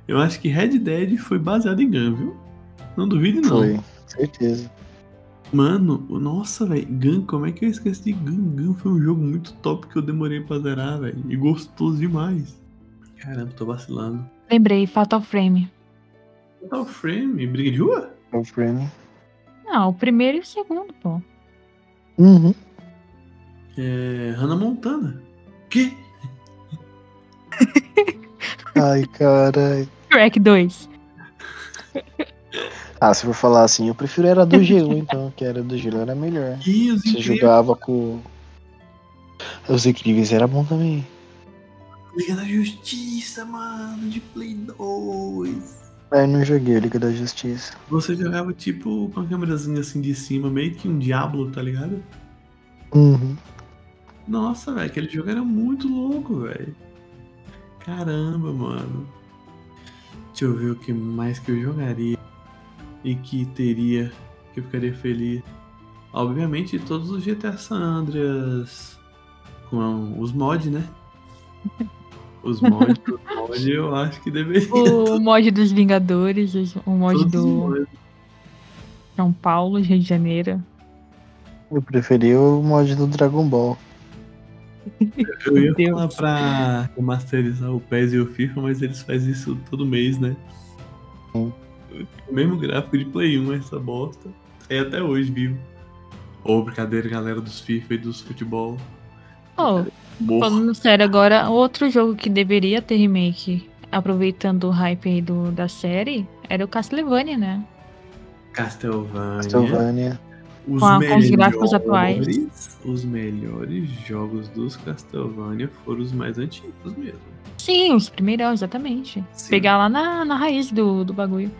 Eu acho que Red Dead foi baseado em Gun, viu? Não duvide não. Foi. Certeza. Mano, o- nossa, velho, Gun, como é que eu esqueci de Gun? Gun foi um jogo muito top que eu demorei pra zerar, velho. E gostoso demais. Caramba, tô vacilando. Lembrei, Fatal Frame. Total Frame, Briga de Rua? É o frame. Não, Ah, o primeiro e o segundo, pô. Uhum. É. Hannah Montana. Que? Ai, caralho. Shrek 2. Ah, se for falar assim, eu prefiro era do G1, então, que era do G1 era melhor. Que os Você incríveis. jogava com. Os incríveis era bom também. Liga da Justiça, mano, de Play 2. Aí eu não joguei a Liga da Justiça. Você jogava tipo com a câmerazinha assim de cima, meio que um Diablo, tá ligado? Uhum. Nossa, velho, aquele jogo era muito louco, velho. Caramba, mano. Deixa eu ver o que mais que eu jogaria e que teria, que eu ficaria feliz. Obviamente, todos os GTA San Andreas com os mods, né? Os mods, os mods eu acho que deveria. O mod dos Vingadores, os- o mod todos os do mods. São Paulo, Rio de Janeiro. Eu preferi o mod do Dragon Ball. Eu ia Deus. falar pra remasterizar o PES e o FIFA, mas eles fazem isso todo mês, né? Sim. O mesmo gráfico de Play 1, essa bosta. É até hoje vivo. Ô, brincadeira, galera dos FIFA e dos futebol. Oh, Morro. Falando sério agora, outro jogo que deveria ter remake, aproveitando o hype aí do, da série, era o Castlevania, né? Castlevania. Castlevania. é? Os Com a- com os gráficos atuais. melhores- Os melhores jogos dos Castlevania foram os mais antigos mesmo. Sim, os primeiros, exatamente. Sim. Pegar lá na, na raiz do, do bagulho.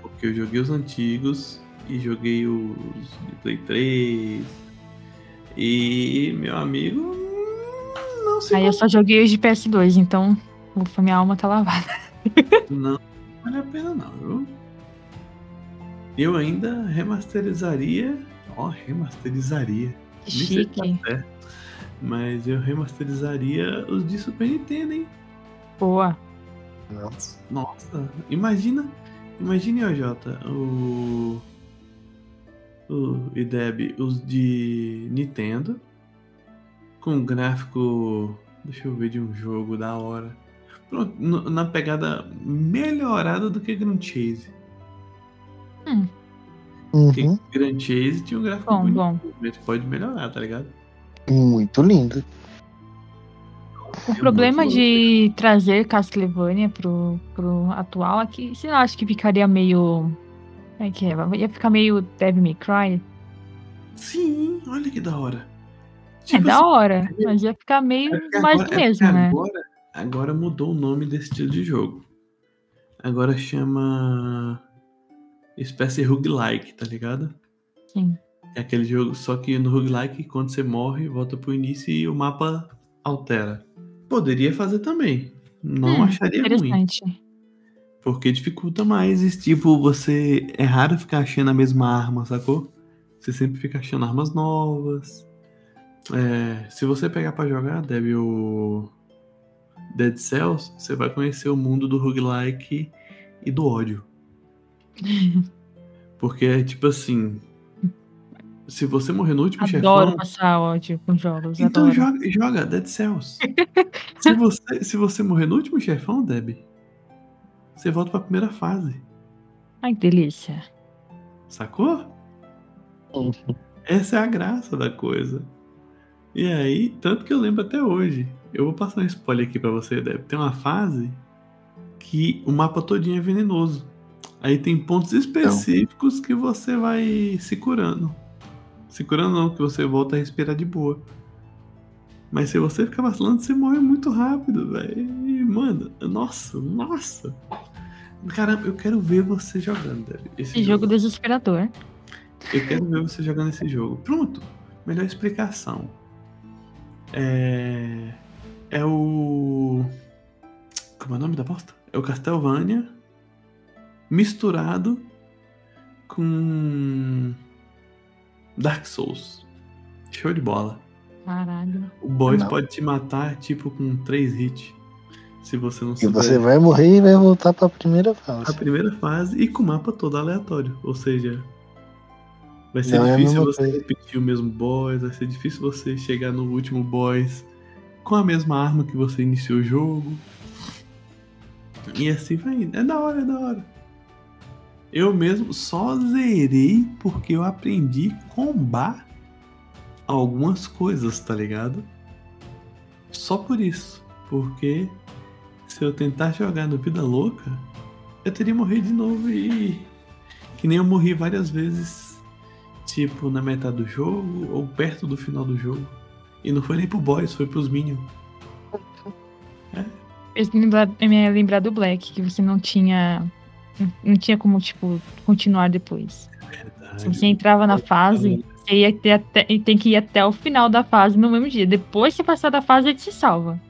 Porque eu joguei os antigos e joguei os de Play 3. E meu amigo hum, não se Aí eu só joguei os de PS2, então ufa, minha alma tá lavada. Não, não vale a pena não, viu? Eu ainda remasterizaria. Ó, remasterizaria. Que Nem sei se tá chique. certo, Mas eu remasterizaria os de Super Nintendo, hein? Boa. Nossa, imagina. Imagine, ó, Jota, o. O IDEB, os de Nintendo. Com um gráfico. Deixa eu ver de um jogo da hora. Pronto, no- na pegada melhorada do que Grand Chase. Porque Uhum. Grand Chase tinha um gráfico Bom, bonito, bom. mas pode melhorar, tá ligado? Muito lindo. um O problema é de trazer Castlevania pro, pro atual é que, sei lá, acho que ficaria meio. Como é que é? Ia ficar meio Devil May Cry. Sim, olha que da hora. É Tipo da assim, hora, mas ia ficar meio É porque mais agora- do é mesmo, porque né? Agora, agora mudou o nome desse estilo de jogo. Agora chama. Espécie roguelike, tá ligado? Sim. É aquele jogo, só que no roguelike, quando você morre, volta pro início e o mapa altera. Poderia fazer também. Não Hum, acharia ruim. Interessante. Porque dificulta mais. e, Tipo, você. É raro ficar achando a mesma arma, sacou? Você sempre fica achando armas novas. É, se você pegar pra jogar, deve o. Dead Cells, você vai conhecer o mundo do roguelike e do ódio. Porque é tipo assim. Se você morrer no último Adoro chefão. passar ódio com jogos. Então adoro. joga, joga Dead Cells. se, você, se você morrer no último chefão, Deb, você volta pra primeira fase. Ai, que delícia. Sacou? Uhum. Essa é a graça da coisa. E aí, tanto que eu lembro até hoje. Eu vou passar um spoiler aqui pra você, Deb. Tem uma fase que o mapa todinho é venenoso. Aí tem pontos específicos que você vai se curando. Se curando não, que você volta a respirar de boa. Mas se você ficar vacilando, você morre muito rápido, velho. E, Mano, nossa, nossa. Caramba, eu quero ver você jogando, Deb. Esse jogo desesperador. Eu quero ver você jogando esse jogo. Pronto. Melhor explicação. É. É o. Como é o nome da bosta? É o Castlevania misturado com. Dark Souls. Show de bola. Caralho. O boss Não. pode te matar, tipo, com três hits. Se você não E souber. você vai morrer e vai voltar pra primeira A fase. primeira fase e com o mapa todo aleatório. Ou seja, vai ser Não é a difícil mesma você coisa. repetir o mesmo boss, vai ser difícil você chegar no último boss com a mesma arma que você iniciou o jogo. E assim vai indo. É da hora, é da hora. Eu mesmo só zerei porque eu aprendi a combar algumas coisas, tá ligado? Só por isso. Porque se eu tentar jogar no Vida Louca, eu teria morrido de novo e. Que nem eu morri várias vezes, tipo, na metade do jogo ou perto do final do jogo. E não foi nem pro boys, foi pros minions. Fez me lembrar- me lembrar do Black, que você não tinha. Não tinha como, tipo, continuar depois. Se você entrava na fase, você ia ter até, e tem que ir até o final da fase no mesmo dia. Depois que passar da fase, ele se salva.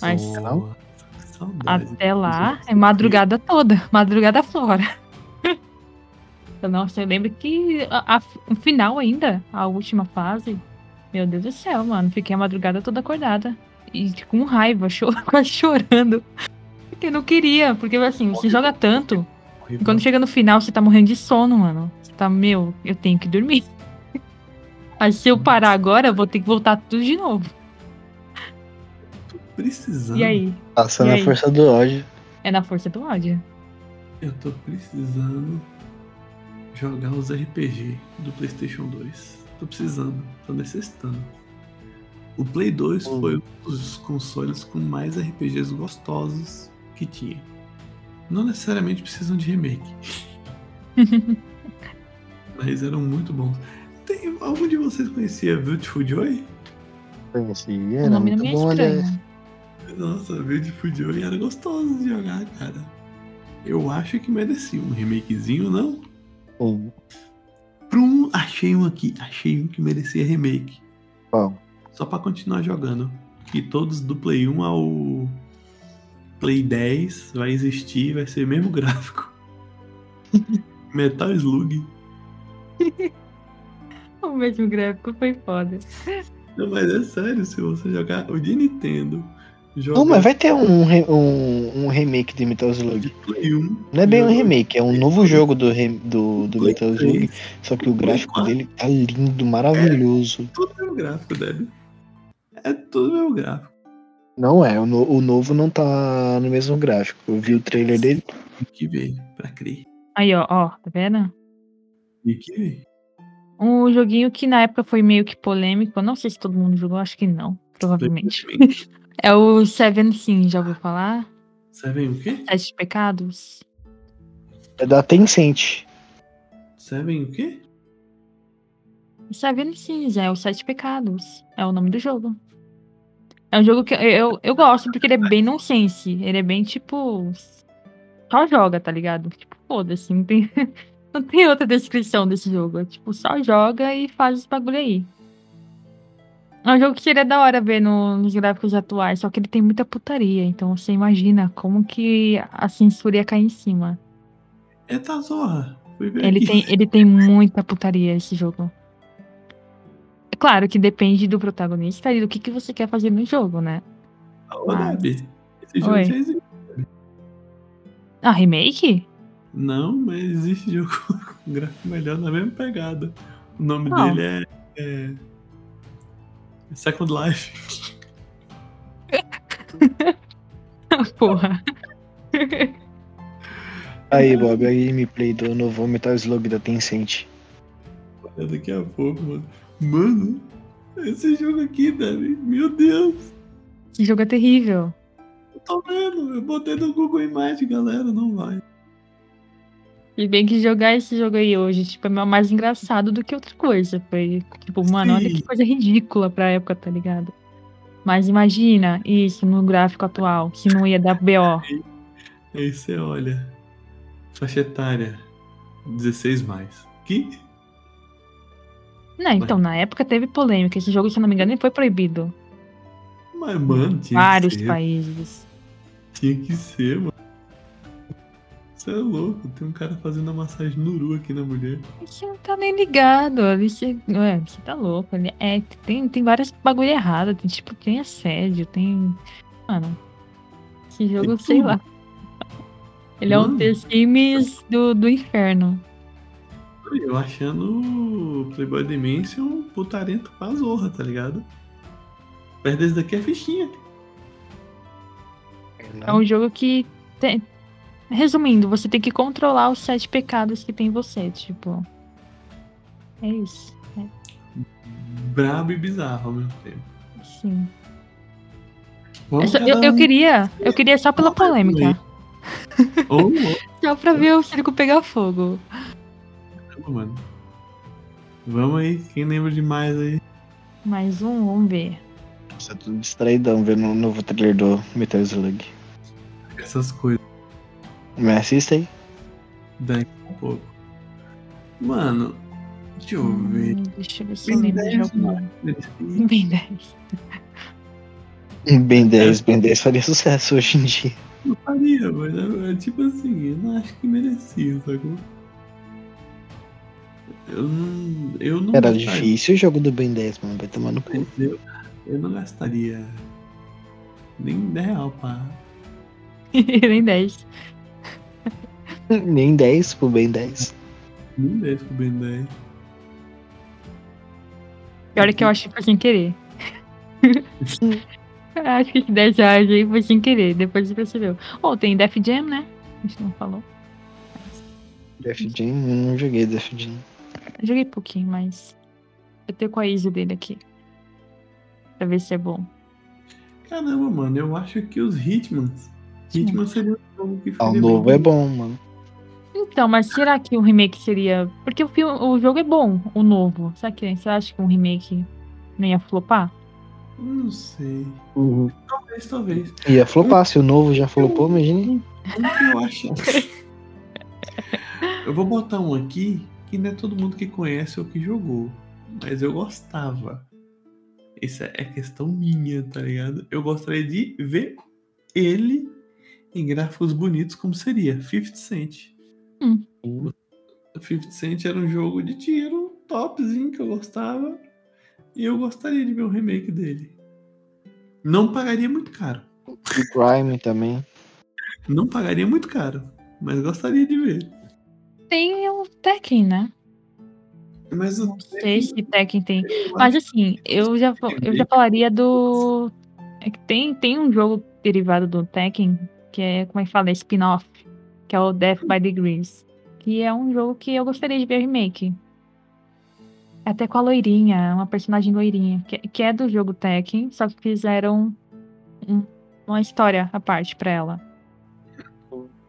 Mas Nossa, que saudade. até lá é madrugada toda, madrugada fora. Então, Nossa, eu lembro que a- a- o final ainda, a última fase, meu Deus do céu, mano, fiquei a madrugada toda acordada. E tipo, com raiva, cho- quase chorando. Porque eu não queria, porque assim, você joga tanto, e quando chega no final você tá morrendo de sono, mano. Você tá, meu, eu tenho que dormir. Aí se eu parar agora, eu vou ter que voltar tudo de novo. Precisando. Ah. E aí? Passando E a aí? força do ódio. É na força do ódio. Eu tô precisando jogar os RPG do PlayStation 2. Tô precisando, tô necessitando. O Play 2 Hum. foi um dos consoles com mais RPGs gostosos que tinha. Não necessariamente precisam de remake. Mas eram muito bons. Tem, algum de vocês conhecia Beautiful Joy? Conheci, O era nome muito não me é bom, estranho. né? Nossa, Beautiful Joy era gostoso de jogar, cara. Eu acho que merecia um remakezinho, não? Ou, Prum, achei um aqui. Achei um que merecia remake. bom, Só pra continuar jogando. E todos do Play 1 ao Play 10 vai existir, vai ser mesmo gráfico. Metal Slug. O mesmo gráfico foi foda. Não, mas é sério, se você jogar o de Nintendo, jogar Não, mas vai ter um, re- um, um remake de Metal de Slug. Play 1. Não é bem um jogar remake, é um novo jogo do, re- do, do Play Metal Slug. 3, Só que o Play gráfico 4. dele tá lindo, maravilhoso. Tudo mesmo gráfico, Deb. É tudo mesmo gráfico. Não é, o, no- o novo não tá no mesmo gráfico. Eu vi o trailer dele. Tem que ver, pra crer. Aí, ó, ó, tá vendo? Tem que ver. Um joguinho que na época foi meio que polêmico. Eu não sei se todo mundo jogou, acho que não, provavelmente. É o Seven Sin, já ouviu falar? Seven o quê? Sete Pecados? É da Tencent. Seven o quê? Seven Sins, é o Sete Pecados. É o nome do jogo. É um jogo que eu, eu, eu gosto, porque ele é bem nonsense. Ele é bem tipo. Só joga, tá ligado? Tipo, foda-se, não tem, não tem outra descrição desse jogo. É tipo, só joga e faz os bagulho aí. É um jogo que seria da hora ver no- nos gráficos atuais, só que ele tem muita putaria, então você imagina como que a censura ia cair em cima. É Tazorra. Fui ver Ele aqui. tem, ele tem muita putaria esse jogo. É claro que depende do protagonista e do que, que você quer fazer no jogo, né? Ô, Deb. Esse jogo Oi. já existe. Ah, remake? Não, mas existe jogo com gráfico melhor na mesma pegada. O nome Qual? dele é, é. Second Life. Porra. Aí, Uhum. Bob, a gameplay do novo Metal Slug da Tencent. É daqui a pouco, mano. Mano, esse jogo aqui, Dani. Meu Deus, Esse jogo é terrível. eu tô vendo. Eu botei no Google Imagem, galera. Não vai. E bem que jogar esse jogo aí hoje, tipo, é mais engraçado do que outra coisa. Foi, tipo, mano, olha que Sim. coisa ridícula pra época, tá ligado? Mas imagina isso no gráfico atual, se não ia dar BO. Aí você olha. Faixa etária 16 mais. Que? Não, então, na época teve polêmica. Esse jogo, se eu não me engano, ele foi proibido. Mas, mano, tinha Vários que ser. países. Tinha que ser, mano. Você é louco. Tem um cara fazendo a massagem nuru aqui na mulher. Você não tá nem ligado. ali Você, ué, você tá louco. ali é, tem, tem várias bagulho errado. Tem, tipo, tem assédio, tem. Mano. Esse jogo, sei tudo. lá. Ele é um Mano. The Sims do, do inferno. Eu achando o Playboy Dimension um putarento pra zorra, tá ligado? Perto desse daqui é fichinha. Tá. É um jogo que. tem- Resumindo, você tem que controlar os sete pecados que tem em você. Tipo. É isso. Brabo e bizarro ao mesmo tempo. Sim. Vamos Essa- cada assim. É Eu, eu um- queria. Eu queria só pela Cada um aí. polêmica. Ou outro, Só pra ver o circo pegar fogo. mano. Vamos aí, quem lembra demais aí? Mais um, vamos ver. Você tudo distraidão vendo o novo trailer do Metal Slug. Essas coisas Me assista aí. daqui a um pouco. Mano, deixa eu ver. Hum, Deixa eu ver se Bem eu lembro de 10, algum. Bem 10. Uhum. Ben 10, Ben 10 faria sucesso hoje em dia. Não faria, mas é, é tipo assim, eu não acho que merecia, sacou? Eu não. Eu Uhum. não Era gostaria. difícil o jogo do Ben 10, mano. Vai tomar no cu. Mas eu, eu não gastaria nem 10 real pra. Bem 10. Nem 10 pro Ben 10. Nem 10 pro Ben 10. Pior é que eu Uhum. acho que foi sem querer. Eu acho que esse 10 reais aí foi sem querer. Depois você percebeu. Ou tem Def Jam, né? A gente não falou. Def Jam, eu não joguei Def Jam. Eu joguei pouquinho, mas. Eu tenho com a ISO dele aqui. Pra ver se é bom. Caramba, mano, eu acho que os Hitmans. Hitman seria um jogo que Uhum. O ficaria novo bem- é bom, mano. Então, mas será que o remake seria. Porque o, filme, o jogo é bom, o novo. Será que você acha que um remake não ia flopar? Não sei. Uhum. Talvez, talvez. Ia flopar, se o novo já flopou, imagine. Um que eu acho. eu vou botar um aqui que não é todo mundo que conhece ou que jogou. Mas eu gostava. Isso é questão minha, tá ligado? Eu gostaria de ver ele em gráficos bonitos, como seria 50 Cent. Hum. 50 Cent era um jogo de tiro topzinho que eu gostava. E eu gostaria de ver um remake dele. Não pagaria muito caro. E Prime também. Não pagaria muito caro, mas gostaria de ver. Tem o Tekken, né? Mas o Não sei se Tekken tem. eu Mas acho assim, eu já, fa- eu já falaria do. É que tem, tem um jogo derivado do Tekken, que é, como é que fala? É spin-off, que é o Death by Degrees. Que é um jogo que eu gostaria de ver remake. Até com a loirinha, uma personagem loirinha, que, que é do jogo Tekken, só que fizeram um- uma história à parte pra ela.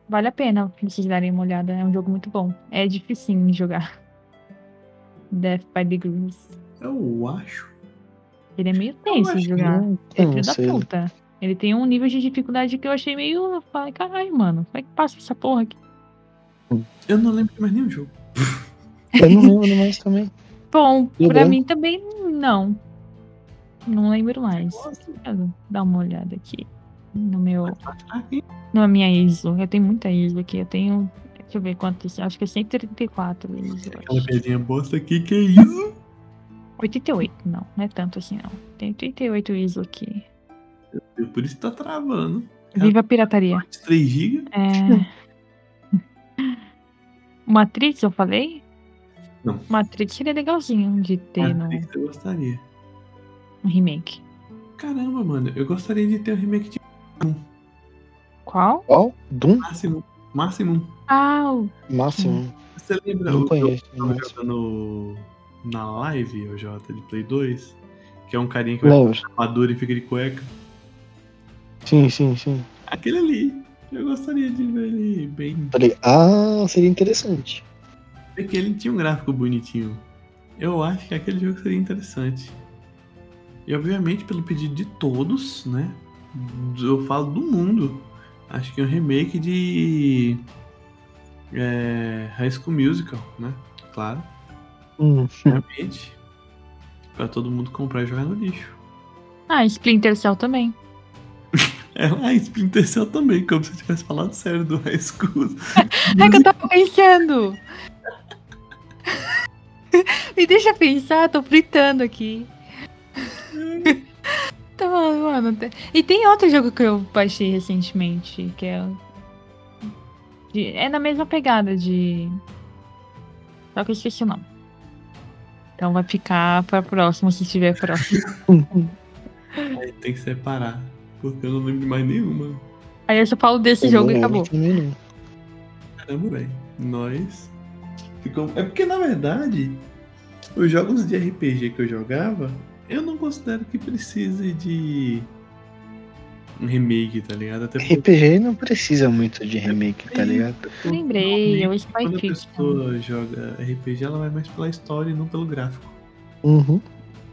Vale a pena vocês darem uma olhada, é um jogo muito bom. É dificinho de jogar. Death by Degrees. Eu acho. Ele é meio tenso acho de que jogar. Eu É Filho não da sei. puta. Ele tem um nível de dificuldade que eu achei meio. Eu falei, caralho, mano, como é que passa essa porra aqui? Eu não lembro de mais nenhum jogo. Eu não lembro mais também. Bom, Tudo pra bom? mim também não. Não lembro mais. Deixa eu dar uma olhada aqui no meu. Ah, é Na minha ISO. Eu tenho muita ISO aqui. Eu tenho. Deixa eu ver quantos. Acho que é 134 ISO. eu Aquela acho. pedrinha bosta aqui, que é isso? 88, não. Não é tanto assim, não. Tem 88 ISO aqui. Por isso tá travando. É. Viva a pirataria. 3 GB? É... Matrix, eu falei? Não. Matrix seria legalzinho de ter no, Matrix eu gostaria. no remake. Caramba, mano, eu gostaria de ter um remake de Qual? Qual? Doom? Máximo. Máximo. Ah, o- Máximo. Você lembra Não o que eu conheço. tava Máximo. jogando na live, o Jota, de Play 2? Que é um carinha que vai Lembro. pra armadura e fica de cueca. Sim, sim, sim. Aquele ali. Eu gostaria de ver ele bem. Falei, ah, seria interessante. É que ele tinha um gráfico bonitinho. Eu acho que aquele jogo seria interessante. E obviamente pelo pedido de todos, né? Eu falo do mundo. Acho que é um remake de é, High School Musical, né? Claro, Hum. obviamente. Pra todo mundo comprar e jogar no lixo. ah, Splinter Cell também. É, ah, Splinter Cell também, como se eu tivesse falado sério do High School. É Uhum. que eu tava pensando. Me deixa pensar, tô fritando aqui. Tá, mano. tá- E tem outro jogo que eu baixei recentemente, que é. de- É na mesma pegada de. Só que eu esqueci o nome. Então vai ficar pra próximo, se tiver próximo. Aí tem que separar, porque eu não lembro de mais nenhuma. né? Aí eu só falo desse Eu jogo não e lembro acabou. também, não. Caramba, velho. Nós. Ficamos... É porque, na verdade, os jogos de RPG que eu jogava, eu não considero que precise de um remake, tá ligado? Até porque RPG não precisa muito de remake, tá ligado? Lembrei, é o quando Spy a Kids. pessoa joga RPG, ela vai mais pela história e não pelo gráfico. Uhum.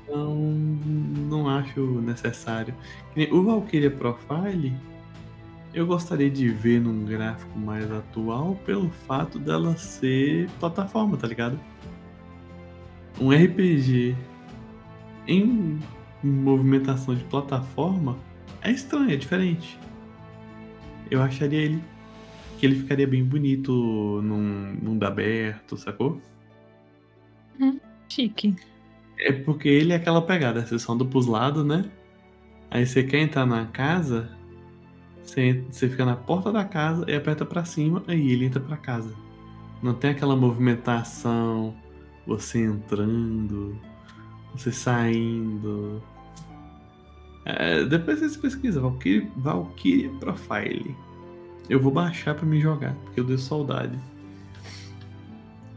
Então, não acho necessário. Que nem O Valkyria Profile, eu gostaria de ver num gráfico mais atual pelo fato dela ser plataforma, tá ligado? Um RPG em movimentação de plataforma é estranho, é diferente. Eu acharia ele que ele ficaria bem bonito num mundo aberto, sacou? Chique. É porque ele é aquela pegada, vocês são duplos lados, né? Aí você quer entrar na casa, você, en- você fica na porta da casa e aperta pra cima, aí ele entra pra casa. Não tem aquela movimentação, você entrando, você saindo. É, depois vocês pesquisam, Valkyrie, Valkyrie Profile. Eu vou baixar pra me jogar, porque eu dei saudade.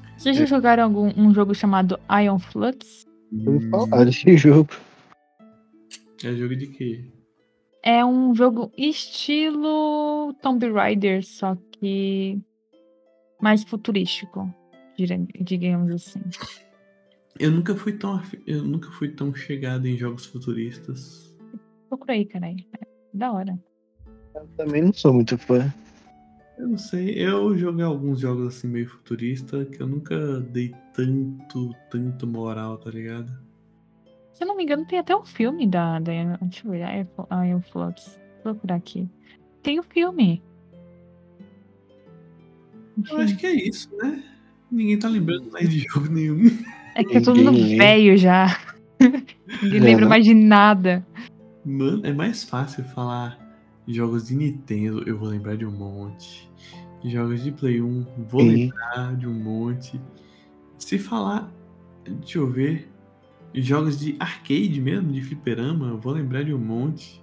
É. Vocês já jogaram algum um jogo chamado Ion Flux? "Ah, Eu ouvi falar desse jogo. É jogo de quê? É um jogo estilo Tomb Raider, só que mais futurístico, dire- digamos assim. Eu nunca fui tão afi- eu nunca fui tão chegado em jogos futuristas. Procura aí, cara. É da hora. Eu também não sou muito fã. Eu não sei, eu joguei alguns jogos assim meio futurista que eu nunca dei tanto, tanto moral, tá ligado? Se eu não me engano, tem até um filme da. da deixa eu ver, a Air- a Iron Flux. Vou procurar aqui. Tem o filme. Eu Enfim, acho que é isso, né? Ninguém tá lembrando mais de jogo nenhum. é que é todo mundo Ninguém lembra. velho já. Ninguém É, lembra né? mais de nada. Mano, é mais fácil falar jogos de Nintendo, eu vou lembrar de um monte. Jogos de Play 1, vou Sim. lembrar de um monte. Se falar, deixa eu ver, jogos de arcade mesmo, de fliperama, eu vou lembrar de um monte.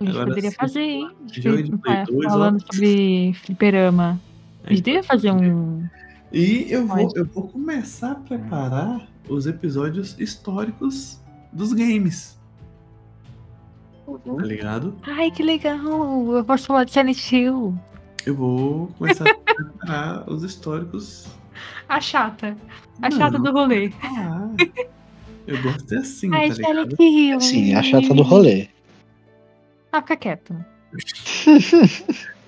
A gente Agora, poderia se fazer, hein? jogo assim, tipo, de Play Ah, dois, É, ó. Falando sobre fliperama. A gente deveria fazer um. E eu vou, Pode. eu vou começar a preparar os episódios históricos dos games, tá ligado? Ai, que legal! Eu posso falar de Silent Hill. Eu vou começar a preparar os históricos. A chata. A Não, chata do rolê. Ah, eu gosto é assim, Ai, tá ligado? Silent Hill. Sim, a chata do rolê. Ah, fica quieto.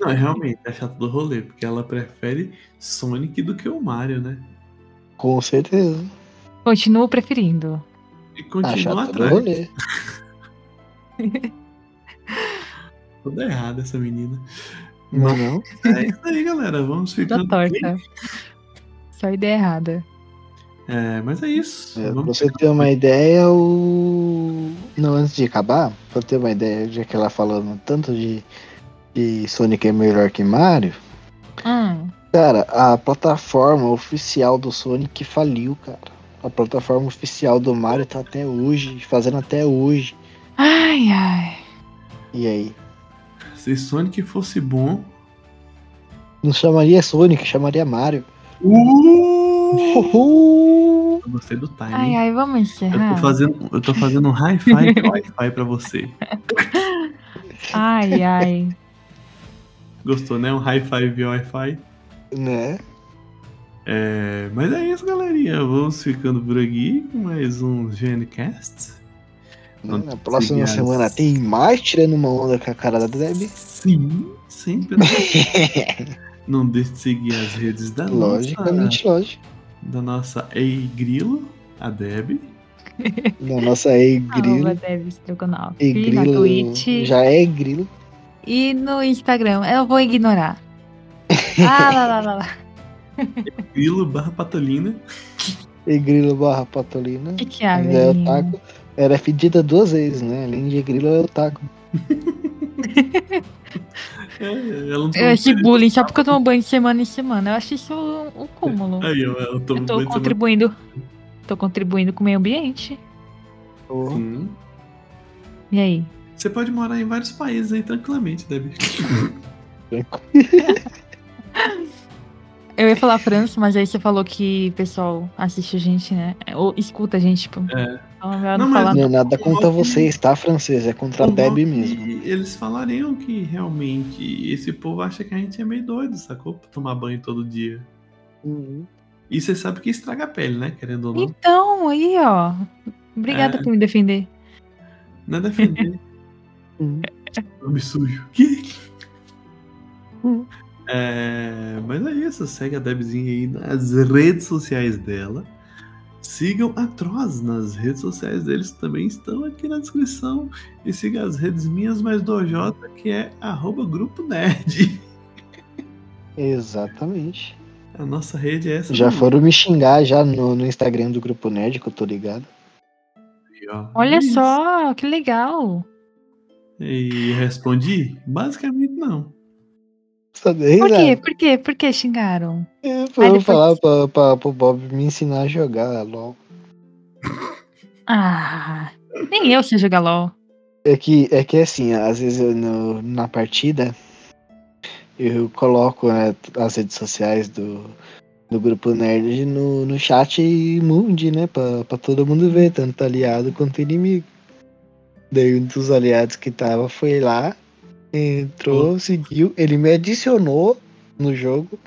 Não, é realmente a chata do rolê, porque ela prefere Sonic do que o Mario, né? Com certeza. Continuo preferindo. E A continua chata do atrás. rolê. Toda errada essa menina. Não, não. É isso aí, galera. Vamos Da ficando. torta. Só ideia errada. É, mas é isso. É, pra Vamos você ter uma ideia, o. Não, antes de acabar, pra ter uma ideia, já que ela falando tanto de, de Sonic é melhor que Mario, Hum, cara, a plataforma oficial do Sonic faliu, cara. A plataforma oficial do Mario tá até hoje, fazendo até hoje. Ai, ai. E aí? Se Sonic fosse bom. Não chamaria Sonic, chamaria Mario. Uh! Uhul! Eu gostei do timing. Ai, ai, vamos Eu encerrar. tô fazendo, eu tô fazendo um hi-fi com Wi-Fi pra você. Ai, ai. Gostou, né? Um hi-fi via Wi-Fi. Né? É, mas é isso, galerinha. Vamos ficando por aqui com mais um GNCast. Não Na próxima sei, semana mas- tem mais tirando uma onda com a cara da Debbie. Sim, sempre. Não deixe de seguir as redes da nossa, Logicamente, lógico. da nossa Ei Grilo, a Deb. Da nossa aí, Arroba grilo. Dev Strogonoff. E Na grilo Twitch já é grilo. e no Instagram. Eu vou ignorar. Ah, lá, lá, lá, lá. Grilo barra Patolina. E grilo barra patolina. Que que há, Ainda é velhinho? otaku. Era fedida duas vezes, né? Além de grilo, é otaku. É, ela não Eu tomou acho bullying só porque eu tomo banho de semana em semana. Eu acho isso um, um cúmulo. Aí, eu, É, eu tô Eu tô contribuindo. Tô contribuindo com o meio ambiente. Porra. Sim. E aí? Você pode morar em vários países aí tranquilamente, Deb. Eu ia falar França, mas aí você falou que o pessoal assiste a gente, né? Ou escuta a gente, tipo. É. Então é melhor Não, mas- não, né? falar. Não é nada contra vocês, tá, francês? É contra a Debbie mesmo. E eles falariam que realmente esse povo acha que a gente é meio doido, sacou? Pra tomar banho todo dia. Uhum. E você sabe que estraga a pele, né? Querendo ou não. Então, aí, ó. Obrigada É. por me defender. Não é defender. Uhum. Nome sujo. Que? Hum. É, mas é isso. Segue a Debzinha aí nas redes sociais dela. Sigam a Troz nas redes sociais deles também estão aqui na descrição. E siga as redes minhas mais do OJ, que é arroba grupo nerd. Exatamente. A nossa rede é Uhum. essa. Já daí, foram me xingar já no, no Instagram do Grupo Nerd, que eu tô ligado. ó. Olha Isso. só, que legal. E respondi? Basicamente não. Só dei Por risada. quê? Por quê? Por que xingaram? Eu Aí vou depois- falar pra, pra, pro Bob me ensinar a jogar LOL. Ah, nem eu sei jogar LOL. É que, é que assim, às vezes eu no- na partida eu coloco né, as redes sociais do, do grupo Nerd no, no chat e mundi, né? Pra, pra todo mundo ver, tanto aliado quanto inimigo. Daí um dos aliados que tava foi lá, entrou, seguiu. Ele me adicionou no jogo.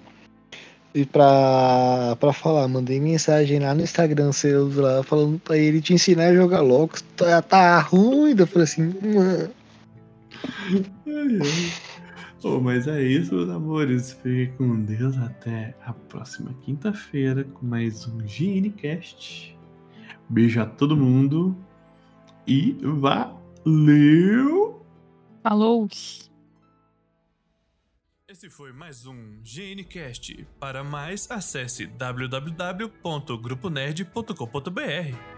E pra, pra falar, mandei mensagem lá no Instagram seu lá, falando pra ele te ensinar a jogar logo, tá, tá ruim. Daí eu falei assim, mano. Ai, ai. Ô, mas é isso, meus amores. Fiquem com Deus até a próxima quinta-feira com mais um GNCast. Beijo a todo mundo e valeu! Falou! Esse foi mais um GNCast. Para mais, acesse www.gruponerd.com.br.